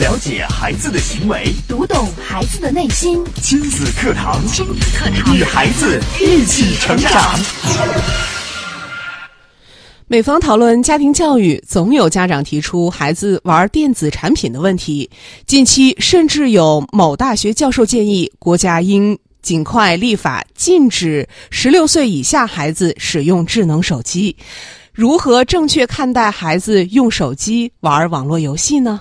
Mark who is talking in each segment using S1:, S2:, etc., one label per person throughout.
S1: 了解孩子的行为，
S2: 读懂孩子的内心，
S1: 亲子课堂，
S2: 亲子课堂
S1: 与孩子一起成长。
S3: 每逢讨论家庭教育，总有家长提出孩子玩电子产品的问题。近期，甚至有某大学教授建议，国家应尽快立法禁止十六岁以下孩子使用智能手机。如何正确看待孩子用手机玩网络游戏呢？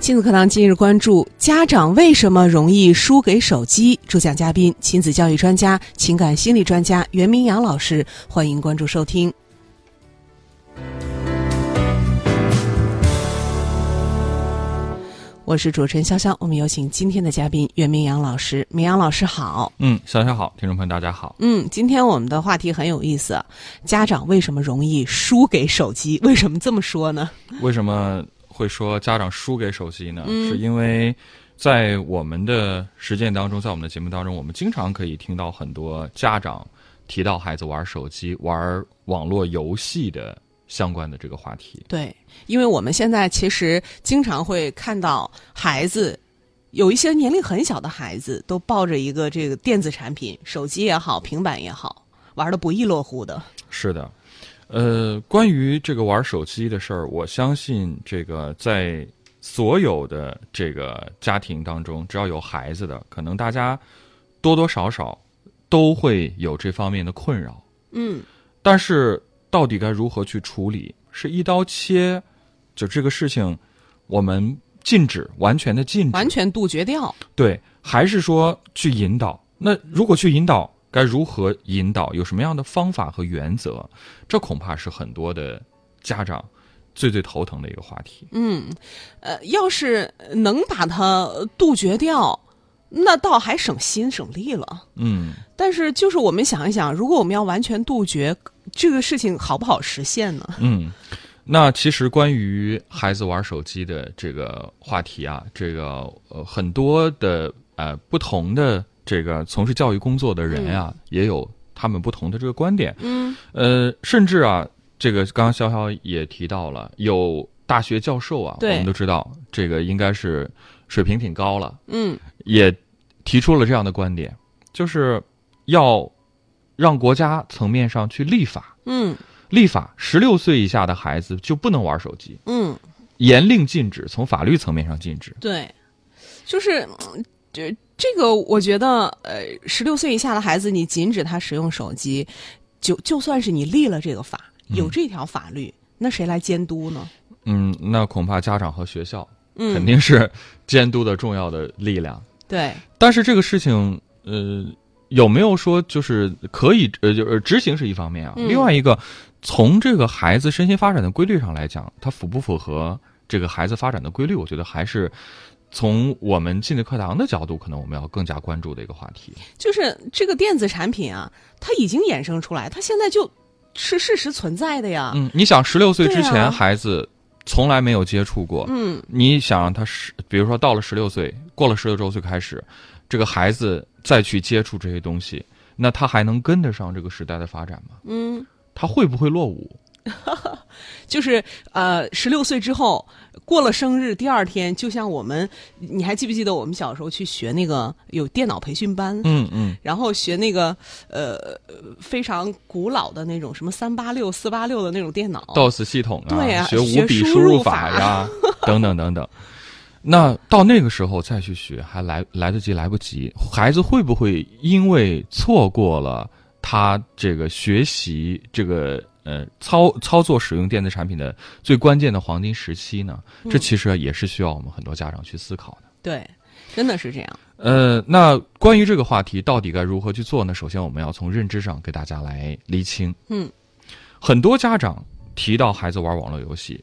S3: 亲子课堂今日关注：家长为什么容易输给手机？主讲嘉宾：亲子教育专家、情感心理专家袁明阳老师。欢迎关注收听。我是主持人潇潇，我们有请今天的嘉宾袁明阳老师。明阳老师好，
S4: 嗯，小小好，听众朋友大家好。
S3: 嗯，今天我们的话题很有意思，啊家长为什么容易输给手机？为什么这么说呢？
S4: 为什么会说家长输给手机呢？
S3: 嗯
S4: 是因为在我们的实践当中，在我们的节目当中，我们经常可以听到很多家长提到孩子玩手机、玩网络游戏的相关的这个话题。
S3: 对，因为我们现在其实经常会看到孩子，有一些年龄很小的孩子都抱着一个这个电子产品，手机也好，平板也好，玩的不亦乐乎的。
S4: 是的，呃，关于这个玩手机的事儿，我相信这个在所有的这个家庭当中，只要有孩子的，可能大家多多少少都会有这方面的困扰。
S3: 嗯，
S4: 但是到底该如何去处理？是一刀切，就这个事情，我们禁止，完全的禁止，
S3: 完全杜绝掉。
S4: 对，还是说去引导？那如果去引导，该如何引导？有什么样的方法和原则？这恐怕是很多的家长最最头疼的一个话题。
S3: 嗯，呃，要是能把它杜绝掉，那倒还省心省力了。
S4: 嗯，
S3: 但是，就是我们想一想，如果我们要完全杜绝这个事情，好不好实现呢？
S4: 嗯，那其实关于孩子玩手机的这个话题啊，这个呃很多的呃不同的这个从事教育工作的人啊，也有他们不同的这个观点。
S3: 嗯，
S4: 呃，甚至啊，这个刚刚潇潇也提到了，有大学教授啊，我
S3: 对
S4: 们都知道这个应该是水平挺高了，
S3: 嗯，
S4: 也提出了这样的观点，就是要让国家层面上去立法。
S3: 嗯，
S4: 立法，十六岁以下的孩子就不能玩手机，
S3: 嗯，
S4: 严令禁止，从法律层面上禁止。
S3: 对，就是嗯这这个，我觉得，呃，十六岁以下的孩子，你禁止他使用手机，就就算是你立了这个法，有这条法律，那谁来监督呢？
S4: 嗯，那恐怕家长和学校
S3: 嗯，
S4: 肯定是监督的重要的力量。
S3: 对，
S4: 但是这个事情，呃，有没有说就是可以呃，就是执行是一方面啊，
S3: 嗯
S4: 另外一个，从这个孩子身心发展的规律上来讲，它符不符合这个孩子发展的规律，我觉得还是从我们亲子课堂的角度，可能我们要更加关注的一个话题。
S3: 就是这个电子产品啊，它已经衍生出来，它现在就是事实存在的呀。
S4: 嗯，你想，十六岁之
S3: 对
S4: 前
S3: 啊
S4: 孩子从来没有接触过，
S3: 嗯
S4: 你想让他十，比如说到了十六岁，过了十六周岁开始，这个孩子再去接触这些东西，那他还能跟得上这个时代的发展吗？
S3: 嗯，
S4: 他会不会落伍？
S3: 就是呃，十六岁之后过了生日，第二天，就像我们，你还记不记得我们小时候去学那个有电脑培训班？
S4: 嗯嗯，
S3: 然后学那个呃非常古老的那种什么三八六、四八六的那种电脑。
S4: ，DOS 系统啊，
S3: 对啊
S4: 学
S3: 学
S4: 五笔
S3: 输
S4: 输
S3: 入
S4: 入法
S3: 法
S4: 呀、 等等等等。那到那个时候再去学，还来来得及来不及？孩子会不会因为错过了他这个学习这个呃操操作使用电子产品的最关键的黄金时期呢？这
S3: 嗯
S4: 其实也是需要我们很多家长去思考的。
S3: 对，真的是这样。
S4: 呃，那关于这个话题到底该如何去做呢？首先，我们要从认知上给大家来厘清。
S3: 嗯，
S4: 很多家长提到孩子玩网络游戏，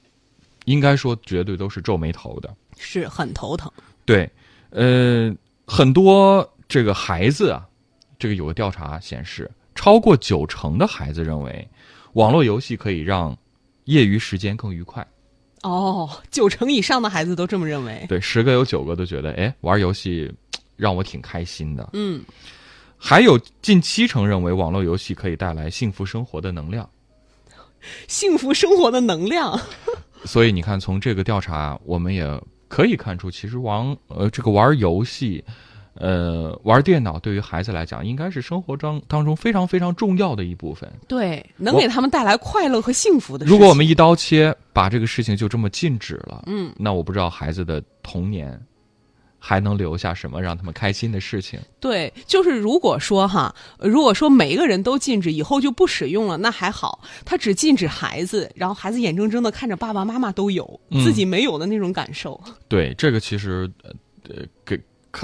S4: 应该说绝对都是皱眉头的。
S3: 是很头疼。
S4: 对，呃，很多这个孩子啊，这个有个调查显示，超过九成的孩子认为，网络游戏可以让业余时间更愉快。
S3: 哦，九成以上的孩子都这么认为。
S4: 对，十个有九个都觉得，哎，玩游戏让我挺开心的。
S3: 嗯，
S4: 还有近七成认为网络游戏可以带来幸福生活的能量。
S3: 幸福生活的能量。
S4: 所以你看，从这个调查，我们也可以看出，其实玩呃这个玩游戏，呃玩电脑对于孩子来讲，应该是生活当当中非常非常重要的一部分。
S3: 对，能
S4: 我
S3: 给他们带来快乐和幸福的事情。
S4: 如果我们一刀切，把这个事情就这么禁止了，
S3: 嗯，
S4: 那我不知道孩子的童年还能留下什么让他们开心的事情。
S3: 对，就是如果说哈，如果说每一个人都禁止，以后就不使用了，那还好。他只禁止孩子，然后孩子眼睁睁的看着爸爸妈妈都有，
S4: 嗯
S3: 自己没有的那种感受。
S4: 对，这个其实呃呃给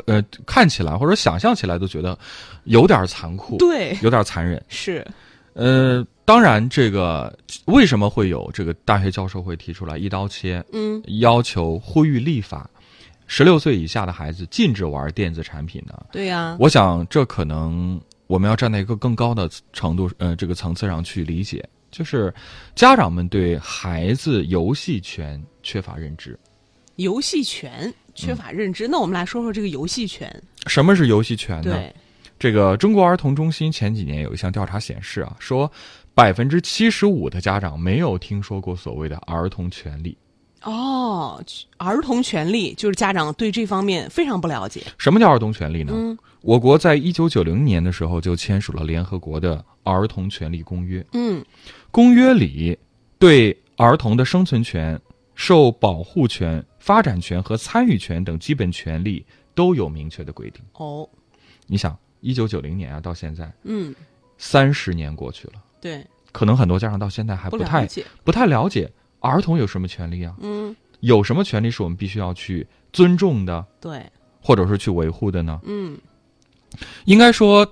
S4: 呃看起来或者想象起来都觉得有点残酷，
S3: 对，
S4: 有点残忍。
S3: 是，
S4: 呃，当然，这个为什么会有这个大学教授会提出来一刀切，
S3: 嗯，
S4: 要求呼吁立法，十六岁以下的孩子禁止玩电子产品呢？
S3: 对呀、
S4: 我想，这可能我们要站在一个更高的程度，呃，这个层次上去理解，就是家长们对孩子游戏权缺乏认知。
S3: 游戏权缺乏认知。那我们来说说这个游戏权。
S4: 什么是游戏权呢？
S3: 对，
S4: 这个中国儿童中心前几年有一项调查显示啊，说百分之七十五的家长没有听说过所谓的儿童权利。
S3: 哦，儿童权利就是家长对这方面非常不了解。
S4: 什么叫儿童权利呢？
S3: 嗯
S4: 我国在一九九零年的时候就签署了联合国的《儿童权利公约》，
S3: 嗯，
S4: 公约里对儿童的生存权、受保护权、发展权和参与权等基本权利都有明确的规定。
S3: 哦，
S4: 你想，一九九零年啊到现在
S3: 嗯，
S4: 三十年过去了，
S3: 对，
S4: 可能很多家长到现在还
S3: 不
S4: 不
S3: 了
S4: 太
S3: 解。
S4: 不太了解儿童有什么权利啊，
S3: 嗯，
S4: 有什么权利是我们必须要去尊重的，
S3: 对，
S4: 或者是去维护的呢？
S3: 嗯，
S4: 应该说，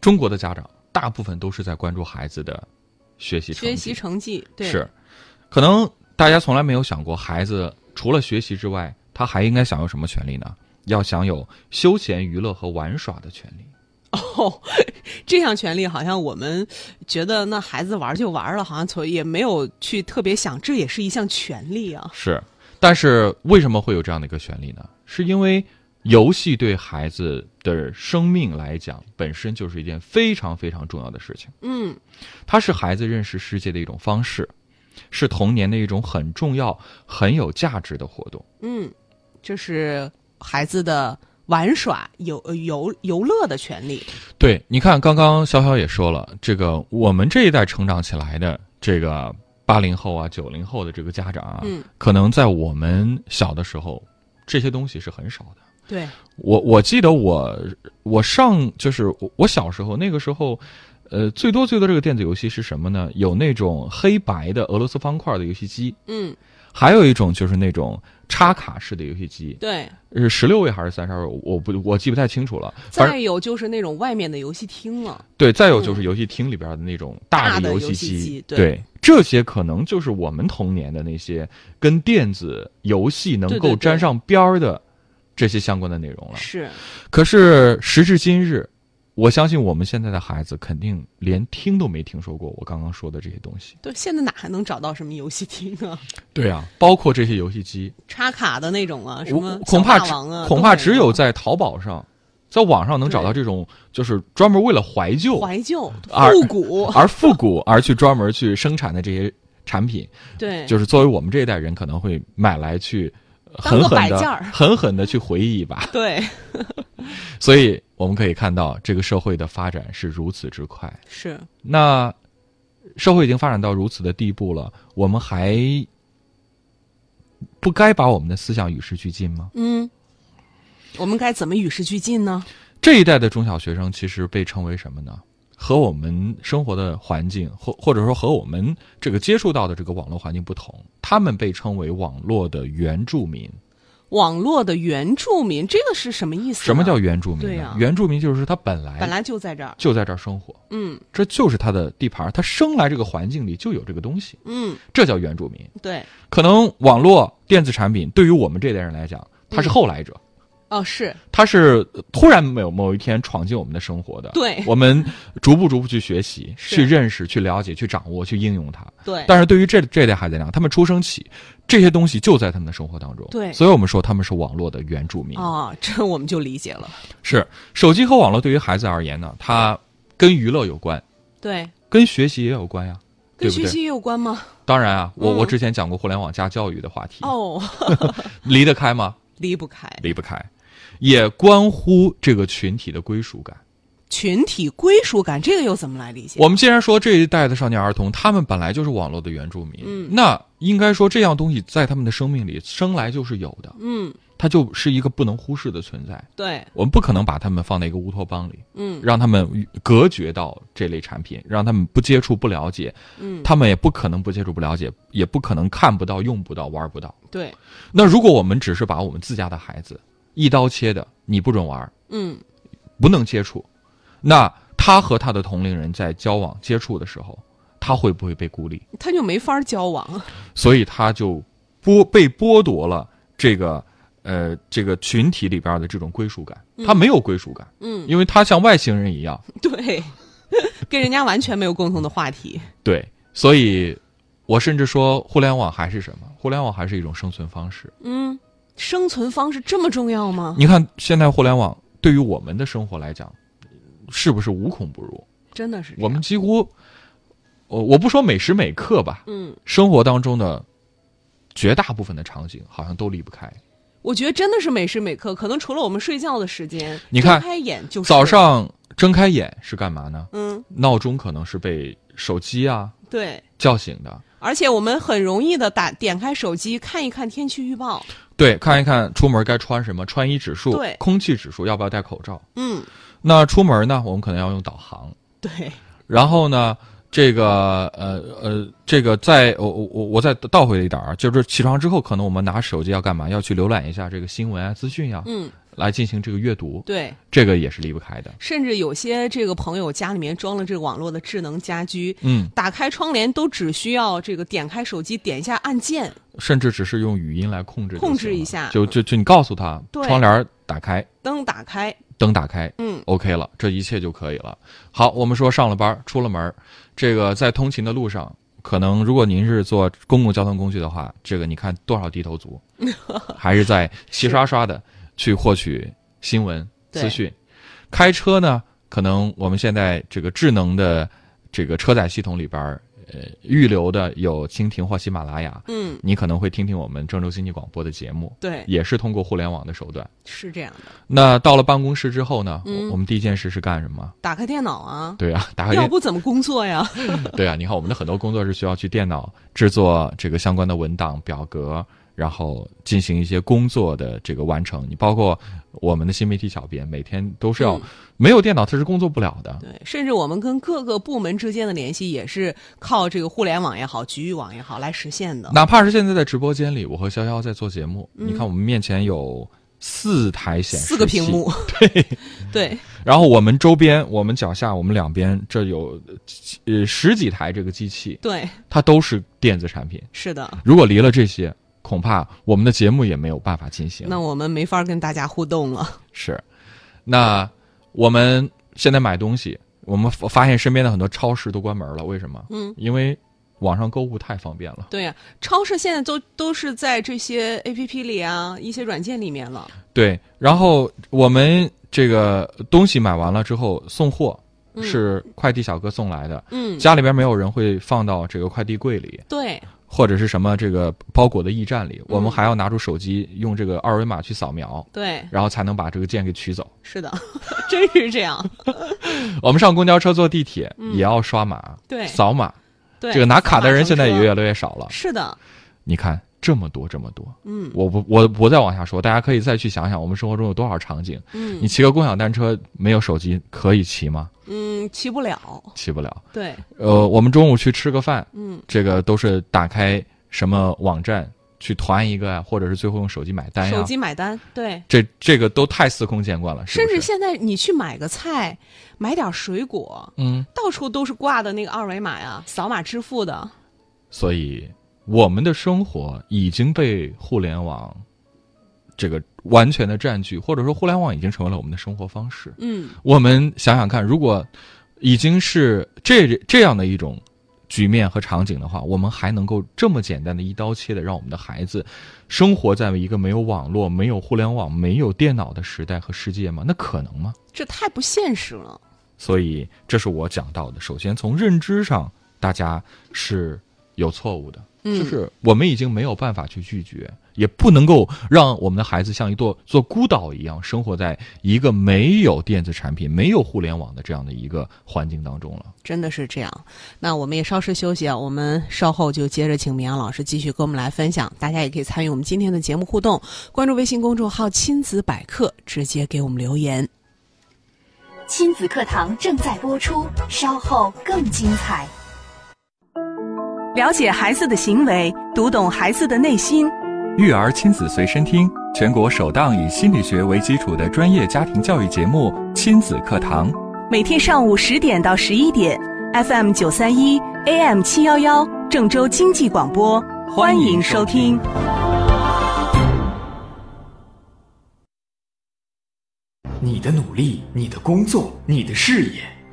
S4: 中国的家长大部分都是在关注孩子的学习成绩，
S3: 学习成绩对
S4: 是，可能大家从来没有想过，孩子除了学习之外，他还应该享有什么权利呢？要享有休闲娱乐和玩耍的权利。
S3: 哦，这项权利好像我们觉得那孩子玩儿就玩儿了，好像从也没有去特别想，这也是一项权利啊。
S4: 是，但是为什么会有这样的一个权利呢？是因为游戏对孩子的生命来讲，本身就是一件非常非常重要的事情。
S3: 嗯，
S4: 它是孩子认识世界的一种方式，是童年的一种很重要、很有价值的活动。
S3: 嗯，这是孩子的玩耍、游呃游游乐的权利。
S4: 对，你看，刚刚潇潇也说了，这个我们这一代成长起来的这个八零后啊、九零后的这个家长啊，
S3: 嗯
S4: 可能在我们小的时候，这些东西是很少的。
S3: 对，
S4: 我我记得我我上就是我我小时候那个时候，呃，最多最多这个电子游戏是什么呢？有那种黑白的俄罗斯方块的游戏机，
S3: 嗯，
S4: 还有一种就是那种插卡式的游戏机，
S3: 对。
S4: 是十六位还是三十二位？我不我记不太清楚了。
S3: 再
S4: 反正
S3: 有就是那种外面的游戏厅了。
S4: 对，再有就是游戏厅里边的那种
S3: 嗯大
S4: 的
S3: 的
S4: 游
S3: 游戏
S4: 机，
S3: 机对
S4: 对这些可能就是我们童年的那些跟电子游戏能
S3: 对对对
S4: 够沾上边儿的这些相关的内容了。
S3: 是，
S4: 可是时至今日，我相信我们现在的孩子肯定连听都没听说过我刚刚说的这些东西。
S3: 对，现在哪还能找到什么游戏厅啊？
S4: 对啊，包括这些游戏机，
S3: 插卡的那种啊，什
S4: 我
S3: 么
S4: 恐怕
S3: 小
S4: 只
S3: 霸王啊，
S4: 恐
S3: 都
S4: 怕
S3: 没
S4: 只有在淘宝上，在网上能找到这种就是专门为了怀旧
S3: 怀旧、
S4: 而
S3: 复 古。
S4: 而复古而去专门去生产的这些产品，
S3: 对，
S4: 就是作为我们这一代人可能会买来去呃狠
S3: 当个摆
S4: 狠
S3: 件
S4: 的
S3: 儿
S4: 狠狠的去回忆吧。
S3: 对，
S4: 所以我们可以看到，这个社会的发展是如此之快。
S3: 是，
S4: 那社会已经发展到如此的地步了，我们还不该把我们的思想与时俱进吗？
S3: 嗯，我们该怎么与时俱进呢？
S4: 这一代的中小学生其实被称为什么呢？和我们生活的环境，或或者说和我们这个接触到的这个网络环境不同，他们被称为网络的原住民。
S3: 网络的原住民，这个是什么意思呢？
S4: 什么叫原住民
S3: 对
S4: 呢？
S3: 呀
S4: 原住民就是他本
S3: 本
S4: 来
S3: 来就在这儿？
S4: 就在这儿生活，
S3: 嗯
S4: 这就是他的地盘儿，他生来这个环境里就有这个东西，
S3: 嗯，
S4: 这叫原住民。
S3: 对，
S4: 可能网络电子产品对于我们这代人来讲，
S3: 嗯
S4: 它是后来者，
S3: 哦，是
S4: 它是突然某某一天闯进我们的生活的。
S3: 对
S4: 我们逐步逐步去学习、
S3: 是
S4: 去认识、去了解、去掌握、去应用它。
S3: 对，
S4: 但是对于这这代孩子来讲，他们出生起这些东西就在他们的生活当中。
S3: 对
S4: 所以我们说他们是网络的原住民。
S3: 哦，这我们就理解了。
S4: 是手机和网络对于孩子而言呢，它跟娱乐有关，
S3: 对，
S4: 跟学习也有关呀。对
S3: 跟
S4: 不
S3: 学习
S4: 对？
S3: 也有关吗？
S4: 当然啊，我、
S3: 嗯
S4: 我之前讲过互联网加教育的话题，
S3: 哦，
S4: 离得开吗？
S3: 离不开
S4: 离不开，也关乎这个群体的归属感。
S3: 群体归属感，这个又怎么来理解？
S4: 我们既然说这一代的少年儿童，他们本来就是网络的原住民，
S3: 嗯
S4: 那应该说这样东西在他们的生命里生来就是有的，
S3: 嗯，
S4: 它就是一个不能忽视的存在。
S3: 对，
S4: 我们不可能把他们放在一个乌托邦里，
S3: 嗯
S4: 让他们与隔绝到这类产品，让他们不接触、不了解，
S3: 嗯
S4: 他们也不可能不接触、不了解，也不可能看不到、用不到、玩不到。
S3: 对，
S4: 那如果我们只是把我们自家的孩子一刀切的，你不准玩儿，
S3: 嗯
S4: 不能接触，那他和他的同龄人在交往接触的时候，他会不会被孤立？
S3: 他就没法交往。
S4: 所以他就剥被剥夺了这个呃这个群体里边的这种归属感，他没有归属感，
S3: 嗯，
S4: 因为他像外星人一样，
S3: 对， 跟人家完全没有共同的话题。
S4: 对，所以我甚至说互联网还是什么？互联网还是一种生存方式。
S3: 嗯，生存方式这么重要吗？
S4: 你看现在互联网对于我们的生活来讲，是不是无孔不入？
S3: 真的是这样
S4: 我们几乎，我我不说每时每刻吧，
S3: 嗯，
S4: 生活当中的绝大部分的场景好像都离不开。
S3: 我觉得真的是每时每刻，可能除了我们睡觉的时间，
S4: 你看
S3: 睁开眼就是
S4: 早，上睁开眼是干嘛呢？
S3: 嗯，
S4: 闹钟可能是被手机啊
S3: 对，
S4: 叫醒的。
S3: 而且我们很容易的打点开手机看一看天气预报，
S4: 对，看一看出门该穿什么，穿衣指数
S3: 对、
S4: 空气指数，要不要戴口罩？
S3: 嗯，
S4: 那出门呢，我们可能要用导航。
S3: 对，
S4: 然后呢，这个呃呃，这个在我我我我再倒回一点啊，就是起床之后，可能我们拿手机要干嘛？要去浏览一下这个新闻啊、资讯呀、
S3: 嗯，
S4: 来进行这个阅读，
S3: 对，
S4: 这个也是离不开的。
S3: 甚至有些这个朋友家里面装了这个网络的智能家居，
S4: 嗯，
S3: 打开窗帘都只需要这个点开手机点一下按键，
S4: 甚至只是用语音来控制就行了，
S3: 控制一下
S4: 就就就你告诉他，
S3: 对
S4: 窗帘儿打开，
S3: 灯打开，
S4: 灯打开
S3: 嗯，
S4: ，OK 了，这一切就可以了。好，我们说上了班儿，出了门儿，这个在通勤的路上，可能如果您是坐公共交通工具的话，这个你看多少低 头族，还是在齐刷刷的去获取新闻
S3: 对
S4: 资讯。开车呢，可能我们现在这个智能的这个车载系统里边儿，呃，预留的有蜻蜓或喜马拉雅，
S3: 嗯，
S4: 你可能会听听我们郑州经济广播的节目，
S3: 对，
S4: 也是通过互联网的手段。
S3: 是这样的，
S4: 那到了办公室之后呢，
S3: 嗯
S4: 我我们第一件事是干什么？
S3: 打开电脑啊，
S4: 对啊， 打开
S3: 要
S4: 电
S3: 不怎么工作呀？
S4: 对啊，你看我们的很多工作是需要去电脑制作这个相关的文档、表格，然后进行一些工作的这个完成。你包括我们的新媒体小编，每天都是要、
S3: 嗯
S4: 没有电脑他是工作不了的。
S3: 对，甚至我们跟各个部门之间的联系也是靠这个互联网也好、局域网也好来实现的。
S4: 哪怕是现在在直播间里，我和潇潇在做节目，你看我们面前有四台显
S3: 嗯
S4: 示器
S3: 四个屏幕， 对对，
S4: 然后我们周边、我们脚下、我们两边，这有呃十几台这个机器，
S3: 对，
S4: 它都是电子产品。
S3: 是的。
S4: 如果离了这些，恐怕我们的节目也没有办法进行。
S3: 那我们没法跟大家互动了。
S4: 是，那我们现在买东西，我们发发现身边的很多超市都关门了，为什么？
S3: 嗯，
S4: 因为网上购物太方便了。
S3: 对呀、超市现在都都是在这些 A P P 里啊，一些软件里面了。
S4: 对，然后我们这个东西买完了之后送货。是快递小哥送来的，
S3: 嗯，
S4: 家里边没有人会放到这个快递柜里，
S3: 对，
S4: 或者是什么这个包裹的驿站
S3: 嗯
S4: 里，我们还要拿出手机用这个二维码去扫描，
S3: 对，
S4: 然后才能把这个件给取走。
S3: 是的， 真是这样。
S4: 我们上公交车、坐地铁也要刷码，
S3: 嗯对
S4: 扫码。
S3: 对，
S4: 这个拿卡的人现在也
S3: 有。
S4: 越来越少了。
S3: 是的，
S4: 你看这么多，这么多，
S3: 嗯
S4: 我不，我我再往下说，大家可以再去想想，我们生活中有多少场景，你
S3: 嗯
S4: 骑个共享单车没有手机可以骑吗？
S3: 嗯，骑不了。
S4: 骑不了。
S3: 对，
S4: 呃，我们中午去吃个饭，
S3: 嗯，
S4: 这个都是打开什么网站去团一个呀，或者是最后用手机买单呀。
S3: 手机买单，对，
S4: 这这个都太司空见惯了，是
S3: 甚
S4: 不
S3: 至
S4: 是
S3: 现在你去买个菜，买点水果，
S4: 嗯，
S3: 到处都是挂的那个二维码呀，扫码支付的。
S4: 所以我们的生活已经被互联网这个完全的占据，或者说互联网已经成为了我们的生活方式。
S3: 嗯，
S4: 我们想想看，如果已经是这这样的一种局面和场景的话，我们还能够这么简单的一刀切的让我们的孩子生活在一个没有网络、没有互联网、没有电脑的时代和世界吗？那可能吗？
S3: 这太不现实了。
S4: 所以，这是我讲到的。首先从认知上，大家是有错误的，
S3: 嗯
S4: 就是我们已经没有办法去拒绝，也不能够让我们的孩子像一座座孤岛一样生活在一个没有电子产品、没有互联网的这样的一个环境当中了。
S3: 真的是这样。那我们也稍事休息啊，我们稍后就接着请明阳老师继续跟我们来分享。大家也可以参与我们今天的节目互动，关注微信公众号“亲子百科”，直接给我们留言。
S2: 亲子课堂正在播出，稍后更精彩。
S5: 了解孩子的行为，读懂孩子的内心。
S6: 育儿亲子随身听，全国首档以心理学为基础的专业家庭教育节目《亲子课堂》。
S5: 每天上午十点到十一点，FM 九三一，AM 七幺幺，郑州经济广播，欢迎收听。
S1: 你的努力，你的工作，你的事业，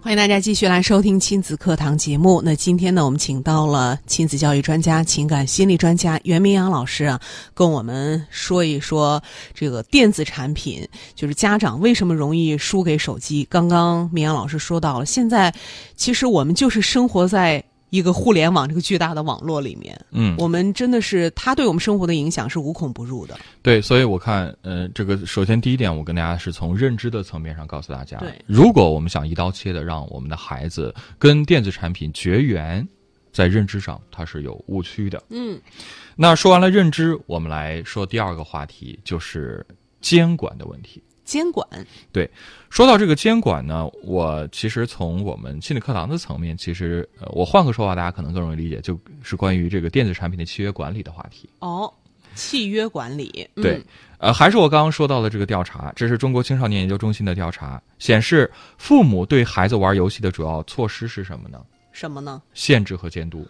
S3: 欢迎大家继续来收听亲子课堂节目。那今天呢，我们请到了亲子教育专家、情感心理专家袁明阳老师啊，跟我们说一说这个电子产品，就是家长为什么容易输给手机。刚刚明阳老师说到了，现在其实我们就是生活在一个互联网这个巨大的网络里面，
S4: 嗯，
S3: 我们真的是它对我们生活的影响是无孔不入的。
S4: 对，所以我看，呃，这个首先第一点，我跟大家是从认知的层面上告诉大家，
S3: 对
S4: 如果我们想一刀切的让我们的孩子跟电子产品绝缘，在认知上它是有误区的。
S3: 嗯，
S4: 那说完了认知，我们来说第二个话题，就是监管的问题。
S3: 监管，
S4: 说到这个监管呢，我其实从我们心理课堂的层面，其实呃，我换个说法，大家可能更容易理解，就是关于这个电子产品的契约管理的话题。
S3: 哦，契约管理，嗯
S4: 对，呃，还是我刚刚说到的这个调查，这是中国青少年研究中心的调查，显示父母对孩子玩游戏的主要措施是什么呢？
S3: 什么呢？
S4: 限制和监督，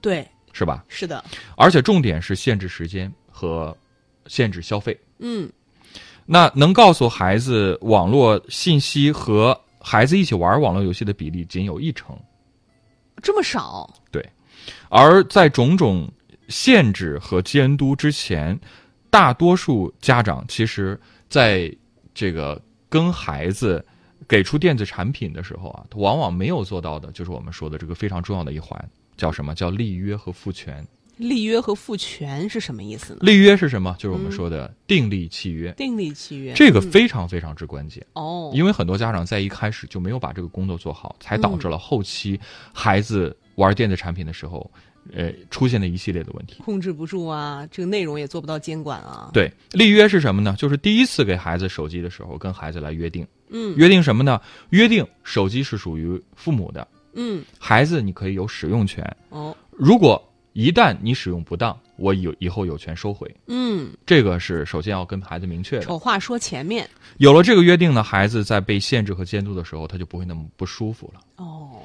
S3: 对，
S4: 是吧？
S3: 是的，
S4: 而且重点是限制时间和限制消费。
S3: 嗯。
S4: 那能告诉孩子网络信息和孩子一起玩网络游戏的比例仅有一成，
S3: 这么少，
S4: 而在种种限制和监督之前，大多数家长其实在这个跟孩子给出电子产品的时候啊，他往往没有做到的，就是我们说的这个非常重要的一环，叫什么？叫立约和赋权。
S3: 立约和赋权是什么意思呢？
S4: 立约是什么？就是我们说的订立契约。
S3: 订立契约
S4: 这个非常非常之关键，
S3: 哦，
S4: 因为很多家长在一开始就没有把这个工作做好，才导致了后期孩子玩电子产品的时候，呃，出现的一系列的问题。
S3: 控制不住啊，这个内容也做不到监管啊。，
S4: 对，立约是什么呢？就是第一次给孩子手机的时候，跟孩子来约定。嗯，约定什么呢？约定手机是属于父母的，
S3: 嗯，
S4: 孩子你可以有使用权。
S3: 哦，
S4: 如果一旦你使用不当，我有以后有权收回。
S3: 嗯，
S4: 这个是首先要跟孩子明确的。
S3: 丑话说前面
S4: 有了这个约定呢，孩子在被限制和监督的时候，他就不会那么不舒服了。
S3: 哦，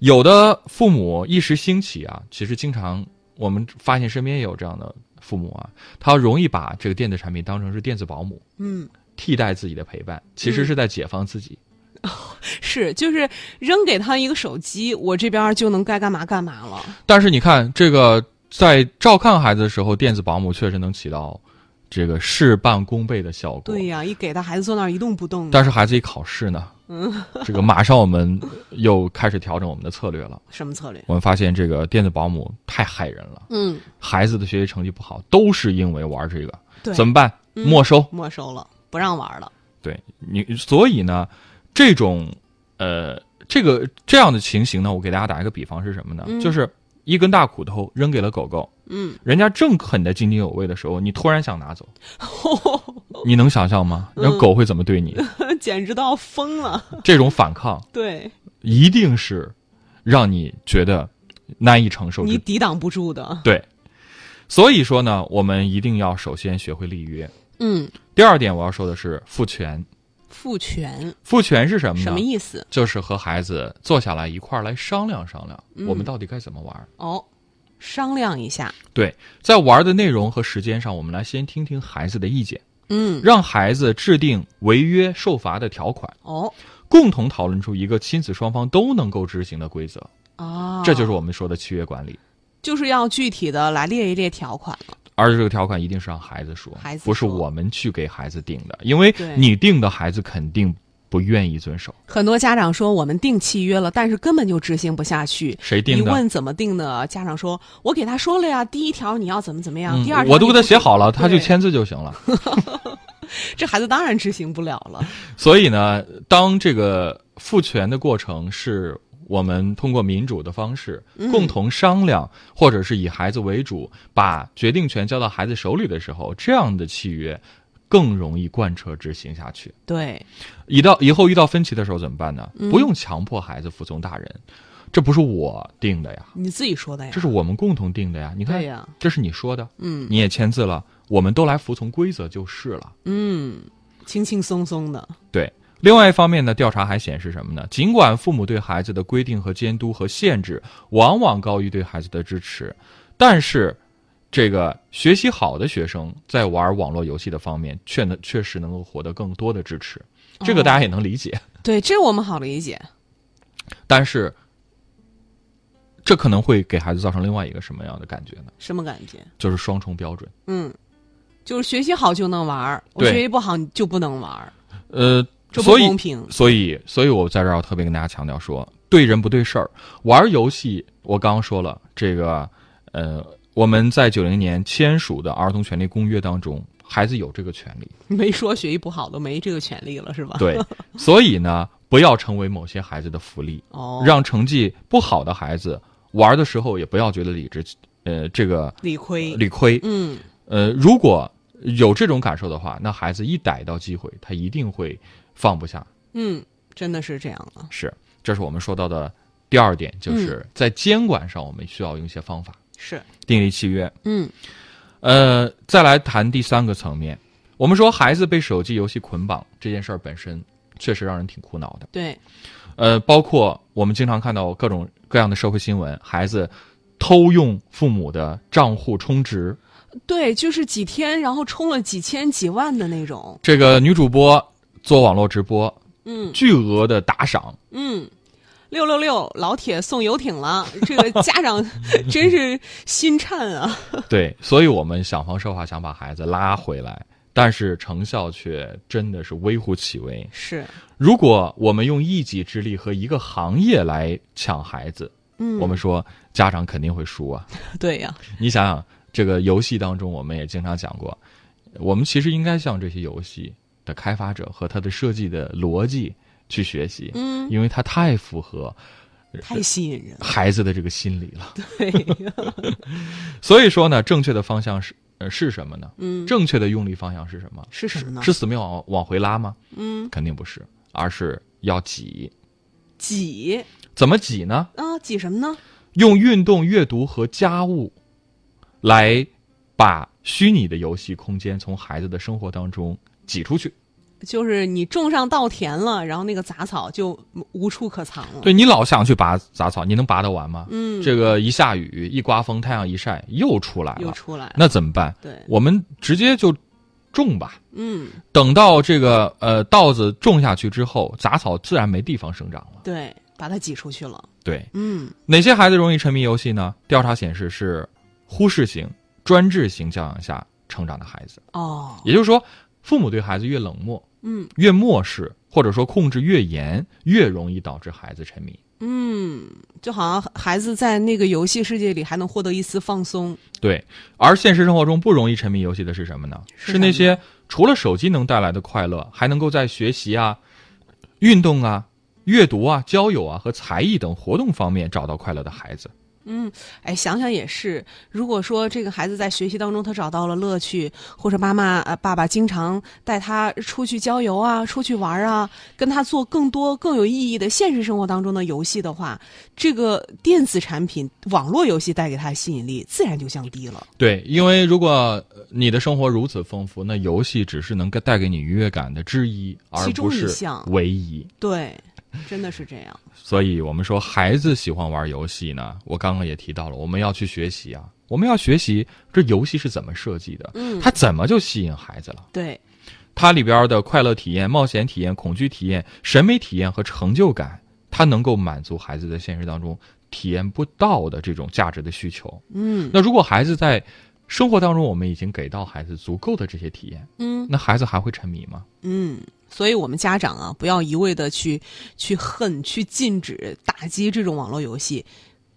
S4: 有的父母一时兴起啊，其实经常我们发现身边也有这样的父母啊，他容易把这个电子产品当成是电子保姆，
S3: 嗯，
S4: 替代自己的陪伴，其实是在解放自己。
S3: 是就是扔给他一个手机，我这边就能该干嘛干嘛了。
S4: 但是你看，这个在照看孩子的时候，电子保姆确实能起到这个事半功倍的效果。
S3: 对呀、一给他孩子坐那儿一动不动的，
S4: 但是孩子一考试呢，
S3: 嗯
S4: 这个马上我们又开始调整我们的策略了。
S3: 什么策略？
S4: 我们发现这个电子保姆太害人了，
S3: 嗯，
S4: 孩子的学习成绩不好都是因为玩这个，
S3: 对，嗯
S4: 怎么办？没收。
S3: 没收了，不让玩了。
S4: 对你，所以呢，这种呃，这个这样的情形呢，我给大家打一个比方是什么呢？
S3: 嗯
S4: 就是一根大骨头扔给了狗狗，
S3: 嗯，
S4: 人家正啃得津津有味的时候，你突然想拿走，
S3: 哦
S4: 你能想象吗？
S3: 嗯
S4: 那狗会怎么对 你？
S3: 简直都要疯了。
S4: 这种反抗
S3: 对
S4: 一定是让你觉得难以承受
S3: 你
S4: 之。
S3: 抵挡不住的。
S4: 对，所以说呢，我们一定要首先学会立约。
S3: 嗯，
S4: 第二点，我要说的是赋权。
S3: 父权
S4: 赋权是什么呢？
S3: 什么
S4: 思？
S3: 意思？
S4: 就是和孩子坐下来一块儿来商量商量，
S3: 嗯
S4: 我们到底该怎么玩儿。
S3: 哦，商量一下。
S4: 对，在玩儿的内容和时间上，我们来先听听孩子的意见，
S3: 嗯，
S4: 让孩子制定违约受罚的条款，
S3: 哦
S4: 共同讨论出一个亲子双方都能够执行的规则。
S3: 啊，
S4: 这就是我们说的契约管理。
S3: 就是要具体的来列一列条款了。
S4: 而这个条款一定是让孩子说，
S3: 孩子
S4: 不是
S3: 说
S4: 我们去给孩子定的，因为
S3: 对
S4: 你定的孩子肯定不愿意遵守。
S3: 很多家长说我们定契约了，但是根本就执行不下去。
S4: 谁定
S3: 一
S4: 的？
S3: 问怎么定的，家长说：“我给他说了呀，第一条你要怎么怎么样，
S4: 嗯
S3: 第二条
S4: 我都给他
S3: 你不
S4: 写好了，他就
S3: 对
S4: 签字就行了。
S3: 这孩子当然执行不了了。
S4: 所以呢，当这个赋权的过程是我们通过民主的方式、
S3: 嗯
S4: 共同商量，或者是以孩子为主，把决定权交到孩子手里的时候，这样的契约更容易贯彻执行下去。
S3: 对，
S4: 一到以后遇到分歧的时候怎么办呢？
S3: 嗯
S4: 不用强迫孩子服从大人，这不是我定的呀，
S3: 你自己说的呀。
S4: 这是我们共同定的呀。你看，
S3: 对呀
S4: 这是你说的，
S3: 嗯
S4: 你也签字了，我们都来服从规则就是了。
S3: 嗯，轻轻松松的。
S4: 对。另外一方面呢，调查还显示什么呢？尽管父母对孩子的规定和监督和限制往往高于对孩子的支持，但是，这个学习好的学生在玩网络游戏的方面，确能确实能够获得更多的支持，这个大家也能理解。
S3: 对，这我们好理解。
S4: 但是，这可能会给孩子造成另外一个什么样的感觉呢？
S3: 什么感觉？
S4: 就是双重标准。
S3: 嗯，就是学习好就能玩儿，我
S4: 对
S3: 学习不好你就不能玩儿，
S4: 呃，
S3: 这不
S4: 所以
S3: 公平。
S4: 所以，所以我在这儿要特别跟大家强调说，对人不对事儿。玩游戏，我刚刚说了，这个，呃，我们在九零年签署的《儿童权利公约》当中，孩子有这 个权利。
S3: 没说学习不好都没这个权利了，是吧？，
S4: 对，所以呢，不要成为某些孩子的福利，
S3: 哦，
S4: 让成绩不好的孩子玩的时候也不要觉得理直，呃，这个
S3: 理亏。
S4: 理亏。
S3: 嗯，
S4: 呃，如果有这种感受的话，那孩子一逮到机会，他一定会放不下。
S3: 嗯，真的是这样啊。
S4: 是，这是我们说到的第二点，就是在监管上，我们需要用一些方法
S3: 是，
S4: 订立契约。
S3: 嗯
S4: 呃，再来谈第三个层面，我们说孩子被手机游戏捆绑这件事儿本身确实让人挺苦恼的。
S3: 对，
S4: 呃，包括我们经常看到各种各样的社会新闻，孩子偷用父母的账户充值，
S3: 对，就是几天，然后充了几千几万的那种。
S4: 这个女主播做网络直播，
S3: 嗯
S4: 巨额的打赏，
S3: 嗯，六六六，老铁送游艇了，这个家长 真是心颤啊。
S4: 对，所以我们想方设法想把孩子拉回来，但是成效却真的是微乎其微。
S3: 是，
S4: 如果我们用一己之力和一个行业来抢孩子，
S3: 嗯，
S4: 我们说家长肯定会输啊。
S3: 对呀、
S4: 你想想，这个游戏当中，我们也经常讲过，我们其实应该向这些游戏的开发者和它的设计的逻辑去学习，
S3: 嗯，
S4: 因为它太符合
S3: 太吸引人了。
S4: 孩子的这个心理了。
S3: 对，
S4: 所以说呢，正确的方向是呃是什么呢？
S3: 嗯，
S4: 正确的用力方向是什么？
S3: 是什么呢？
S4: 是死命往往回拉吗？
S3: 嗯，
S4: 肯定不是，而是要挤。
S3: 挤
S4: 怎么挤呢？
S3: 啊，挤什么呢？
S4: 用运动、阅读和家务来把虚拟的游戏空间从孩子的生活当中挤出去。
S3: 就是你种上稻田了，然后那个杂草就无处可藏了。，
S4: 对你老想去拔杂草，你能拔得完吗？
S3: 嗯，
S4: 这个一下雨、一刮风、太阳一晒，又出来
S3: 又
S4: 了。
S3: 出来了。
S4: 那怎么办？
S3: 对，
S4: 我们直接就种吧。
S3: 嗯，
S4: 等到这个呃稻子种下去之后，杂草自然没地方生长了。
S3: 对，把它挤出去了。
S4: 对，
S3: 嗯，
S4: 哪些孩子容易沉迷游戏呢？调查显示是忽视型、专制型教养下成长的孩子，
S3: 哦，
S4: 也就是说，父母对孩子越冷漠、
S3: 嗯
S4: 越漠视，或者说控制越严，越容易导致孩子沉迷。
S3: 嗯，就好像孩子在那个游戏世界里还能获得一丝放松。
S4: 对，而现实生活中不容易沉迷游戏的是什么呢？
S3: 是
S4: 是那些除了手机能带来的快乐，还能够在学习啊、运动啊、阅读啊、交友啊和才艺等活动方面找到快乐的孩子。
S3: 嗯，哎，想想也是。如果说这个孩子在学习当中他找到了乐趣，或者妈妈、呃、爸爸经常带他出去郊游啊、出去玩啊，跟他做更多更有意义的现实生活当中的游戏的话，这个电子产品、网络游戏带给他的吸引力自然就降低了。
S4: 对，因为如果你的生活如此丰富，那游戏只是能够带给你愉悦感的之一，而
S3: 其中
S4: 不
S3: 一
S4: 是
S3: 项
S4: 唯一。
S3: 对，真的是这样。
S4: 所以我们说，孩子喜欢玩游戏呢，我刚刚也提到了，我们要去学习啊，我们要学习这游戏是怎么设计的，
S3: 嗯
S4: 它怎么就吸引孩子了？
S3: 对，
S4: 它里边的快乐体验、冒险体验、恐惧体验、审美体验和成就感，它能够满足孩子在现实当中体验不到的这种价值的需求。
S3: 嗯
S4: 那如果孩子在生活当中，我们已经给到孩子足够的这些体验，
S3: 嗯
S4: 那孩子还会沉迷吗？
S3: 嗯。所以，我们家长啊，不要一味的去去恨、去禁止、打击这种网络游戏，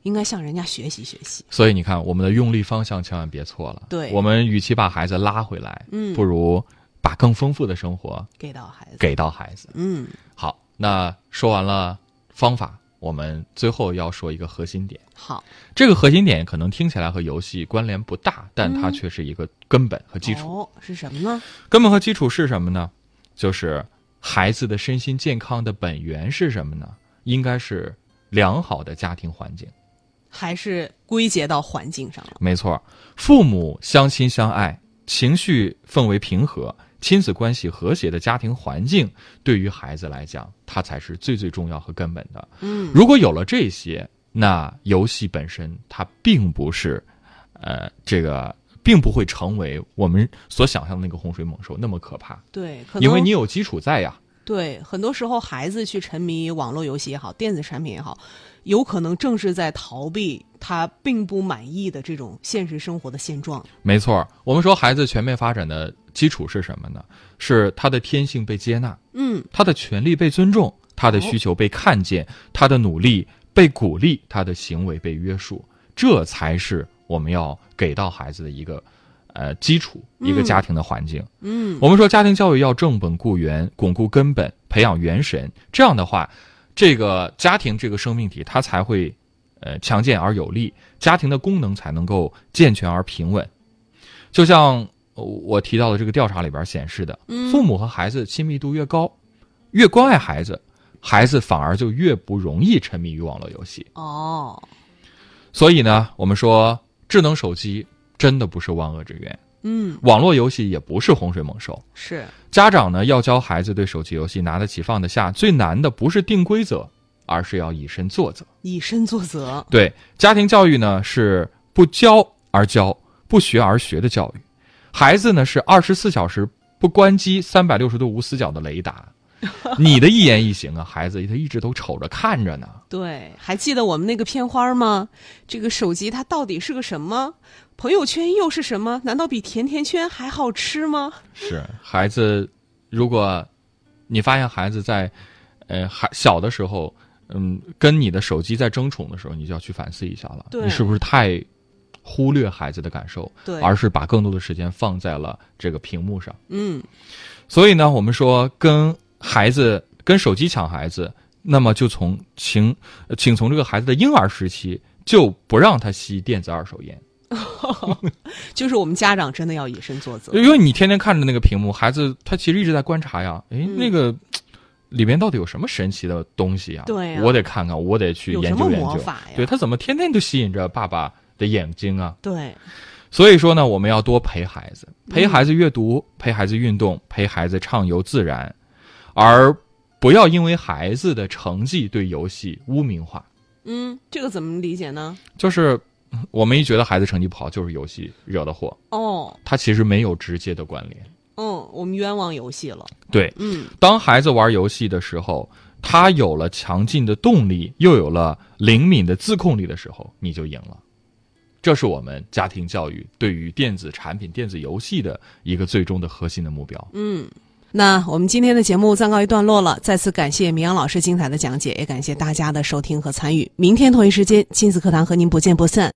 S3: 应该向人家学习学习。
S4: 所以你看，我们的用力方向千万别错了。
S3: 对
S4: 我们与其把孩子拉回来，
S3: 嗯
S4: 不如把更丰富的生活
S3: 给到孩子。
S4: 给到孩子。
S3: 嗯，
S4: 好，那说完了方法，我们最后要说一个核心点。
S3: 好，
S4: 这个核心点可能听起来和游戏关联不大，但它却是一个根本和基础。
S3: 哦、是什么呢？
S4: 根本和基础是什么呢？就是孩子的身心健康的本源是什么呢？应该是良好的家庭环境。
S3: 还是归结到环境上了。
S4: 没错，父母相亲相爱，情绪氛围平和，亲子关系和谐的家庭环境，对于孩子来讲，它才是最最重要和根本的。
S3: 嗯，
S4: 如果有了这些，那游戏本身它并不是，呃，这个并不会成为我们所想象的那个洪水猛兽那么可怕，
S3: 对，可能
S4: 因为你有基础在呀。
S3: 对很多时候孩子去沉迷网络游戏也好，电子产品也好，有可能正是在逃避他并不满意的这种现实生活的现状。
S4: 没错，我们说孩子全面发展的基础是什么呢？是他的天性被接纳，
S3: 嗯，
S4: 他的权利被尊重，他的需求被看见，他的努力被鼓励，他的行为被约束，这才是我们要给到孩子的一个。呃，基础一个家庭的环境，
S3: 嗯，
S4: 我们说家庭教育要正本固源，巩固根本，培养元神。这样的话，这个家庭这个生命体它才会，呃，强健而有力，家庭的功能才能够健全而平稳。就像呃我提到的这个调查里边显示的，父母和孩子亲密度越高，越关爱孩子，孩子反而就越不容易沉迷于网络游戏。
S3: 哦，
S4: 所以呢，我们说智能手机真的不是万恶之源，
S3: 嗯，
S4: 网络游戏也不是洪水猛兽。
S3: 是，
S4: 家长呢要教孩子对手机游戏拿得起放得下，最难的不是定规则，而是要以身作则。
S3: 以身作则。
S4: 对，家庭教育呢是不教而教，不学而学的教育。孩子呢是二十四小时不关机、三百六十度无死角的 雷达。你的一言一行啊，孩子他一直都瞅着看着呢。
S3: 对，还记得我们那个片花吗？这个手机它到底是个什么？朋友圈又是什么？难道比甜甜圈还好吃吗？
S4: 是孩子，如果你发现孩子在呃还小的时候，嗯，跟你的手机在争宠的时候，你就要去反思一下了，
S3: 对
S4: 你是不是太忽略孩子的感受，
S3: 对
S4: 而是把更多的时间放在了这个屏幕上。
S3: 嗯，
S4: 所以呢，我们说跟孩子跟手机抢孩子，那么就从请呃请从这个孩子的婴儿时期就不让他吸电子二手烟，
S3: 就是我们家长真的要以身作则。
S4: 因为你天天看着那个屏幕，孩子他其实一直在观察呀，诶，
S3: 嗯
S4: 那个嘖里边到底有什么神奇的东西啊？
S3: 对呀
S4: 我得看看，我得去
S3: 有
S4: 研
S3: 什么
S4: 究研
S3: 魔
S4: 究。
S3: 法呀？
S4: 对他怎么天天就吸引着爸爸的眼睛啊？
S3: 对
S4: 所以说呢，我们要多陪孩子，陪孩子阅读，陪孩子运动，陪孩子畅游自然，而不要因为孩子的成绩对游戏污名化。
S3: 嗯，这个怎么理解呢？
S4: 就是嗯我们一觉得孩子成绩不好，就是游戏惹的祸，
S3: 哦，
S4: 它其实没有直接的关联。
S3: 嗯，我们冤枉游戏了。
S4: 对，
S3: 嗯，
S4: 当孩子玩游戏的时候，他有了强劲的动力，又有了灵敏的自控力的时候，你就赢了。这是我们家庭教育对于电子产品、电子游戏的一个最终的核心的目标。
S3: 那我们今天的节目暂告一段落了，再次感谢明阳老师精彩的讲解，也感谢大家的收听和参与。明天同一时间，亲子课堂和您不见不散。